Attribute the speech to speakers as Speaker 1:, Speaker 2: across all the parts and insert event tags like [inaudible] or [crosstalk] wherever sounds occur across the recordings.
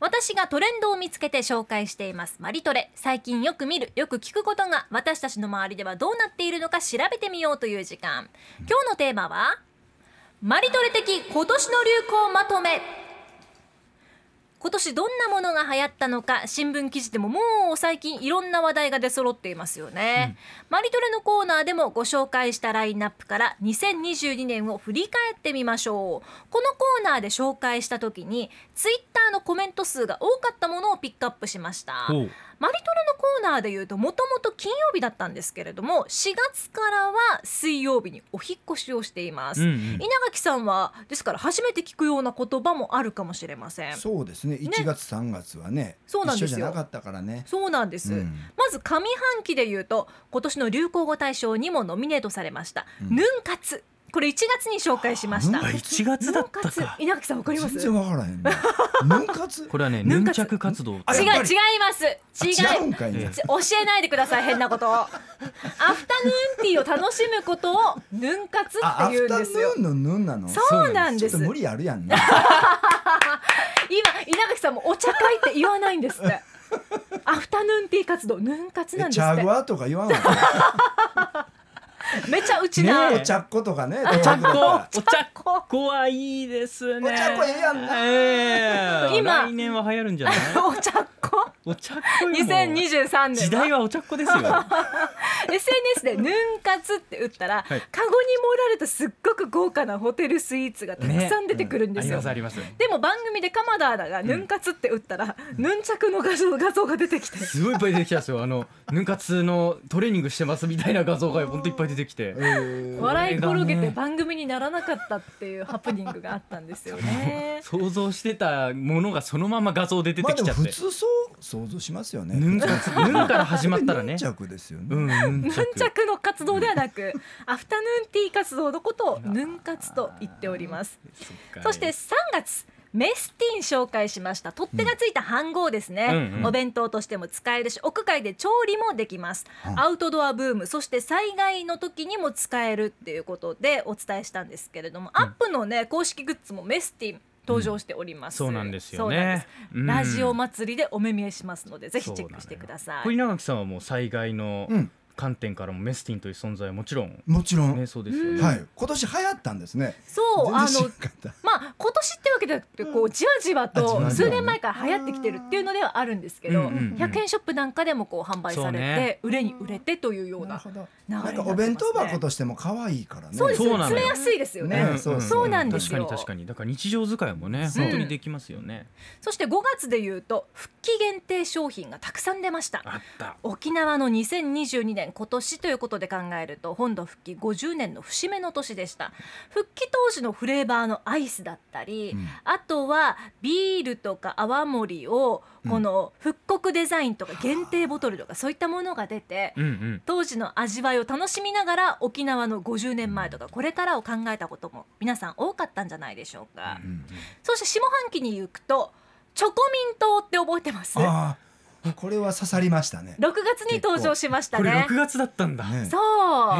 Speaker 1: 私がトレンドを見つけて紹介していますマリトレ最近よく見るよく聞くことが私たちの周りではどうなっているのか調べてみようという時間今日のテーマはマリトレ的今年の流行まとめ今年どんなものが流行ったのか新聞記事でももう最近いろんな話題が出揃っていますよね、マリトレのコーナーでもご紹介したラインナップから2022年を振り返ってみましょうこのコーナーで紹介した時にツイッターのコメント数が多かったものをピックアップしました
Speaker 2: ほう
Speaker 1: マリトレのコーナーでいうともともと金曜日だったんですけれども4月からは水曜日にお引っ越しをしています、
Speaker 2: うんうん
Speaker 1: 稲垣さんはですから初めて聞くような言葉もあるかもしれませんそう
Speaker 3: そうですね。1月3月はね、
Speaker 1: そうなんですよ
Speaker 3: 一緒じゃなかったからね。
Speaker 1: なんです、
Speaker 3: うん
Speaker 1: まず上半期でいうと今年の流行語大賞にもノミネートされました、
Speaker 3: うん
Speaker 1: ヌン活これ1月に紹介しました
Speaker 3: あ
Speaker 2: あ1月だったか
Speaker 1: ヌン活稲垣さんわかります
Speaker 3: 全
Speaker 1: 違
Speaker 3: 然
Speaker 1: う
Speaker 3: わからへんね。
Speaker 1: [laughs]
Speaker 3: ヌン活
Speaker 2: これはね
Speaker 1: ヌ
Speaker 2: ヌ
Speaker 1: ン
Speaker 2: ン
Speaker 1: 活
Speaker 2: チャク活動
Speaker 3: あ
Speaker 1: 違
Speaker 3: れ
Speaker 1: い
Speaker 3: やっ
Speaker 1: ま
Speaker 3: ぱり
Speaker 1: す違い
Speaker 3: 違うんかいね。
Speaker 1: ち教えないでください変なことをアフタヌーンティーを楽しむことをヌン活
Speaker 3: あ、
Speaker 1: っ
Speaker 3: ア
Speaker 1: て言う
Speaker 3: フ
Speaker 1: ん
Speaker 3: タヌ
Speaker 1: ですよ
Speaker 3: ーンのヌンなの。
Speaker 1: そうなんです
Speaker 3: ちょっと無理あるやんね。
Speaker 1: 今稲垣さんもお茶会って言わないんですってアフタヌーンティー活動ヌン活なんで
Speaker 3: チ
Speaker 1: すっ
Speaker 3: ャ
Speaker 1: て
Speaker 3: グワとか言わんの。
Speaker 1: めちゃうちな、
Speaker 3: お茶っ子とかね。
Speaker 2: お
Speaker 3: お
Speaker 2: 茶っ子お茶っ子はいいですね
Speaker 3: お茶っ子ええやんな
Speaker 2: ええ
Speaker 1: 今
Speaker 2: 来年は流行るんじ
Speaker 1: [laughs]
Speaker 2: ゃない
Speaker 1: お茶っ子
Speaker 2: お茶っ子よりも
Speaker 1: 2023年
Speaker 2: 時代はお茶っ子ですよ
Speaker 1: SNS で「ヌン活」って打ったら、
Speaker 2: はい
Speaker 1: カゴに盛られたすっごく豪華なホテルスイーツがたくさん出てくるん
Speaker 2: あ
Speaker 1: で
Speaker 2: り
Speaker 1: す
Speaker 2: ま
Speaker 1: よ。
Speaker 2: すあります
Speaker 1: でも番組で鎌田アナが「ヌン活」って打ったら、ヌンチャクの画像画像が出てきて
Speaker 2: すごいいっぱい出てきたんですよ
Speaker 1: [laughs]
Speaker 2: あのヌン活のトレーニングしてますみたいな画像が本当いっぱい出てきて
Speaker 1: 笑い転げ
Speaker 2: これが
Speaker 1: て
Speaker 2: ね
Speaker 1: 番組にならなかったっていうハプニングがあったんですよね。
Speaker 2: 想像してたものがそのまま画像で出
Speaker 3: ま
Speaker 2: て
Speaker 3: あで
Speaker 2: きち
Speaker 3: も
Speaker 2: ゃって、
Speaker 3: 普通そう想像しますよね。
Speaker 2: ヌン活
Speaker 3: [laughs]
Speaker 2: ヌンから始まったら
Speaker 3: ヌ
Speaker 2: ね
Speaker 3: ンチャクですよ
Speaker 2: う
Speaker 3: ね。
Speaker 2: んヌン
Speaker 1: ヌン
Speaker 2: チ
Speaker 1: チ
Speaker 2: ャ
Speaker 1: ャクの活動ではなく、アフタヌーンティー活動のことをヌン活と言っております。
Speaker 2: ク
Speaker 1: そして3月メスティン紹介しました取っ手がついた飯盒ですね、
Speaker 2: うんうん
Speaker 1: お弁当としても使えるし屋外で調理もできます、
Speaker 3: うん
Speaker 1: アウトドアブームそして災害の時にも使えるっていうことでお伝えしたんですけれども、アップのね公式グッズもメスティン登場しております、
Speaker 2: そうなんですよ
Speaker 1: そうなんで
Speaker 2: ね
Speaker 1: す、
Speaker 2: うん
Speaker 1: ラジオ祭りでお目見えしますのでぜひチェックしてくださ
Speaker 2: こ
Speaker 1: い、
Speaker 2: れ稲垣さんはもう災害の
Speaker 3: うん
Speaker 2: 観点からもメスティンという存在はもちろん
Speaker 3: もちろん。
Speaker 2: ねそうですよね、
Speaker 3: はい。今年流行ったんですね。
Speaker 1: そうあ
Speaker 3: 全然知ら
Speaker 1: の
Speaker 3: んかった。
Speaker 1: まあ今年ってわけじゃなくてこうじわじわ
Speaker 3: あじわじ
Speaker 1: と
Speaker 3: わ
Speaker 1: 数年前から流行ってきてるっていうのではあるんですけど、
Speaker 2: うんうんうん
Speaker 1: 100円ショップなんかでもこう販売されて、
Speaker 2: そうね
Speaker 1: 売れに売れてというような
Speaker 3: ほど。
Speaker 1: 流れになってま
Speaker 3: な
Speaker 1: す
Speaker 3: ん
Speaker 1: ね
Speaker 3: かお弁当箱としても可愛いからね。
Speaker 1: そうですよ
Speaker 2: そうなのよ
Speaker 1: 詰めやすいですよね
Speaker 3: ねそう
Speaker 1: そうなんですよ
Speaker 2: 確かに確かにだから日常使いもね
Speaker 3: そう
Speaker 2: 本当にできますよね、
Speaker 1: そして5月でいうと復帰限定商品がたくさん出ました
Speaker 2: あった
Speaker 1: 沖縄の2022年今年ということで考えると本土復帰50年の節目の年でした復帰当時のフレーバーのアイスだったり、
Speaker 3: うん
Speaker 1: あとはビールとか泡盛をこの復刻デザインとか限定ボトルとかそういったものが出て
Speaker 2: うんうん
Speaker 1: 当時の味わいを楽しみながら沖縄の50年前とかこれからを考えたことも皆さん多かったんじゃないでしょうか、
Speaker 3: うん
Speaker 1: そして下半期に行くとチョコミン党って覚えてます6
Speaker 3: ああ、これは刺さりましたね。
Speaker 1: 月に登場しました
Speaker 2: これ
Speaker 1: ね
Speaker 2: 6月だったんだ、
Speaker 3: ね
Speaker 1: そ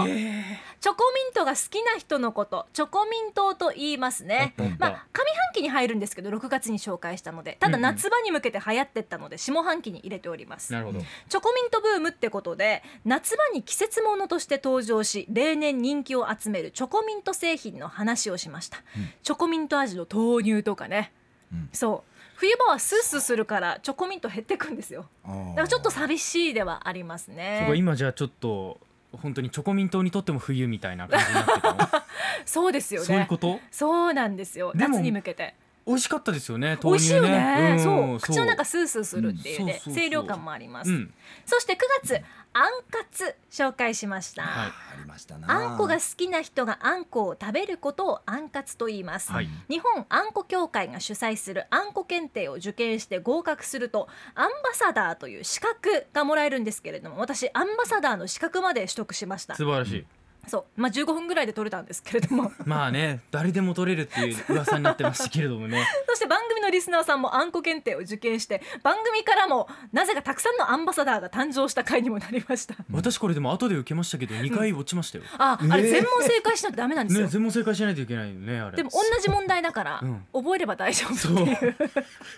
Speaker 1: う、
Speaker 2: え
Speaker 1: チョコミントが好きな人のことチョコミントと言います
Speaker 2: え
Speaker 1: ね
Speaker 2: あった
Speaker 1: まあ、
Speaker 2: あっ
Speaker 1: 上半期に入るんですけど6月に紹介したのでただ
Speaker 2: うんうん
Speaker 1: 夏場に向けて流行ってったので下半期に入れておりま
Speaker 2: た
Speaker 1: す、
Speaker 2: なるほど、
Speaker 1: チョコミントブームってことで夏場に季節ものとして登場し例年人気を集めるチョコミント製品の話をしました、
Speaker 3: うん
Speaker 1: チョコミント味の豆乳とかね、
Speaker 3: うん
Speaker 1: そう冬場はスースーするからチョコミント減ってくんですよだからちょっと寂しいではあります
Speaker 2: そこ
Speaker 1: ね
Speaker 2: 今じゃあちょっと本当にチョコミン党にとっても冬みたいな感じになってたの
Speaker 1: [laughs] そうですよね
Speaker 2: そういうこと
Speaker 1: そうなんですよ
Speaker 2: でも
Speaker 1: 夏に向けて
Speaker 2: 美味しかったですよね
Speaker 1: 美
Speaker 2: 豆
Speaker 1: 味しい
Speaker 2: 乳ね
Speaker 1: よね、
Speaker 2: ん
Speaker 1: そう口の中スースーするっていう
Speaker 2: うん
Speaker 1: ね
Speaker 2: そうそうそう
Speaker 1: 清涼感もあります、
Speaker 2: うん
Speaker 1: そして9月あんかつ紹介しました、
Speaker 2: はい
Speaker 3: ありましたな。
Speaker 1: あんこが好きな人があんこを食べることをあんかつと言います、
Speaker 2: はい
Speaker 1: 日本あんこ協会が主催するあんこ検定を受験して合格するとアンバサダーという資格がもらえるんですけれども私アンバサダーの資格まで取得しました
Speaker 2: 素晴らしい、
Speaker 1: そうまあ15分ぐらいで撮れたんですけれども [laughs]
Speaker 2: まあね誰でも取れるっていう噂になってましたけれどもね
Speaker 1: そして番組のリスナーさんもあんこ検定を受験して番組からもなぜかたくさんのアンバサダーが誕生した回にもなりました
Speaker 2: 私これでも後で受けましたけど2回落ちましたよ、
Speaker 1: ああれ
Speaker 3: えー
Speaker 1: 全問正解しないとダメなんですよ、
Speaker 2: ね全問正解しないといけないよねあれ
Speaker 1: でも同じ問題だから、
Speaker 2: うん
Speaker 1: 覚えれば大丈
Speaker 2: そ
Speaker 1: 夫
Speaker 2: う
Speaker 1: っていう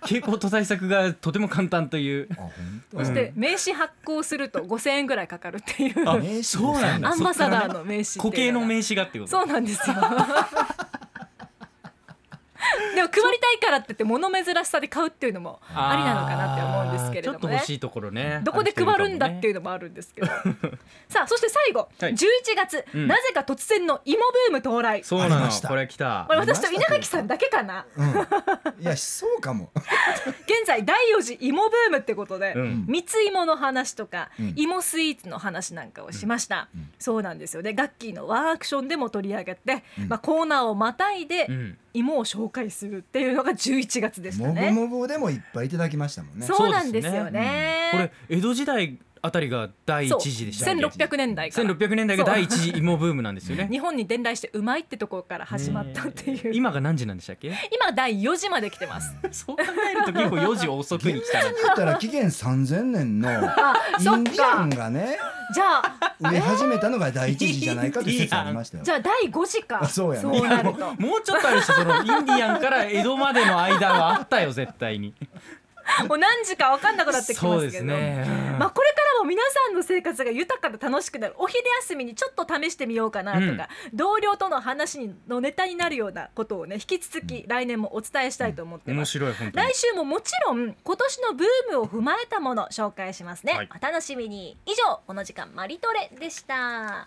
Speaker 2: 傾向と対策がとても簡単という
Speaker 3: あ、本当
Speaker 1: そして名刺発行すると5000円ぐらいかかるっていう
Speaker 2: あ
Speaker 3: 名刺
Speaker 2: そうなんだ
Speaker 1: [laughs] アンバサダー
Speaker 2: そっからね
Speaker 1: の名刺
Speaker 2: 固形の
Speaker 1: 刺
Speaker 2: 名刺がってこと
Speaker 1: そうなんですよ [laughs] でも配りたいからって言って物珍しさで買うっていうのも
Speaker 2: ー
Speaker 1: ありなのかなって思うんですけれど
Speaker 2: ちょっと
Speaker 1: もね
Speaker 2: 欲しいところね
Speaker 1: どこで配るんだっていううのもあるんですけ
Speaker 2: [laughs]
Speaker 1: どさあそして最後、
Speaker 2: はい
Speaker 1: 11月、
Speaker 2: うん
Speaker 1: なぜか突然の芋ブーム到来
Speaker 2: そう
Speaker 3: あり
Speaker 2: な
Speaker 3: まし
Speaker 2: の
Speaker 3: た
Speaker 2: これ来た
Speaker 1: これ私と稲垣さんだけかな
Speaker 3: うんいや、そうかも。
Speaker 1: 現在第4次芋ブームってことで、
Speaker 2: うん
Speaker 1: 蜜芋の話とか、
Speaker 3: うん
Speaker 1: 芋スイーツの話なんかをしました、
Speaker 3: うんうん
Speaker 1: そうなんですよねガッキーのワークションでも取り上げて、
Speaker 3: うん
Speaker 1: まあ、コーナーをまたいで、
Speaker 2: うん
Speaker 1: 芋を紹介するっていうのが11月でした
Speaker 3: もご
Speaker 1: ね。
Speaker 3: もごでもいっぱいいただきましたもんね。
Speaker 1: そうなんですよ
Speaker 2: そうです
Speaker 1: ね。
Speaker 2: これ江戸時代あたりが第一次でしたっけ
Speaker 1: そう1600年代から
Speaker 2: 1600年代が第一次芋ブームなんですよね
Speaker 1: 日本に伝来してうまいってところから始まったっていう。今
Speaker 2: 今が何時なんでしたっけ
Speaker 1: [laughs] 第4時まで来てます。
Speaker 2: そう考えると結構4時遅くに来たな
Speaker 3: 言ったら紀元3000年のイ
Speaker 1: あ、 [laughs] そっ
Speaker 3: ンディア
Speaker 1: か
Speaker 3: ン。がね
Speaker 1: じゃあ
Speaker 3: 植え始めたのが第一次じゃないかという説ありましたよ
Speaker 1: じ。ゃあ第5時か。
Speaker 3: あそうやね
Speaker 1: なると。
Speaker 2: もうちょっとあるしそのインディアンから江戸までの間はあったよ絶対に
Speaker 1: もう何時か分かんなくなってき
Speaker 2: そ
Speaker 1: ま
Speaker 2: う
Speaker 1: す
Speaker 2: で
Speaker 1: け
Speaker 2: す
Speaker 1: ど。
Speaker 2: ねうん
Speaker 1: まあ、これからも皆さんの生活が豊かで楽しくなるお昼休みにちょっと試してみようかなとか、同僚との話のネタになるようなことをね引き続き来年もお伝えしたいと思ってます
Speaker 2: 面。白い本当に
Speaker 1: 来週ももちろん今年のブームを踏まえたもの紹介しますね、
Speaker 2: はい
Speaker 1: お楽しみに以上この時間マリトレでした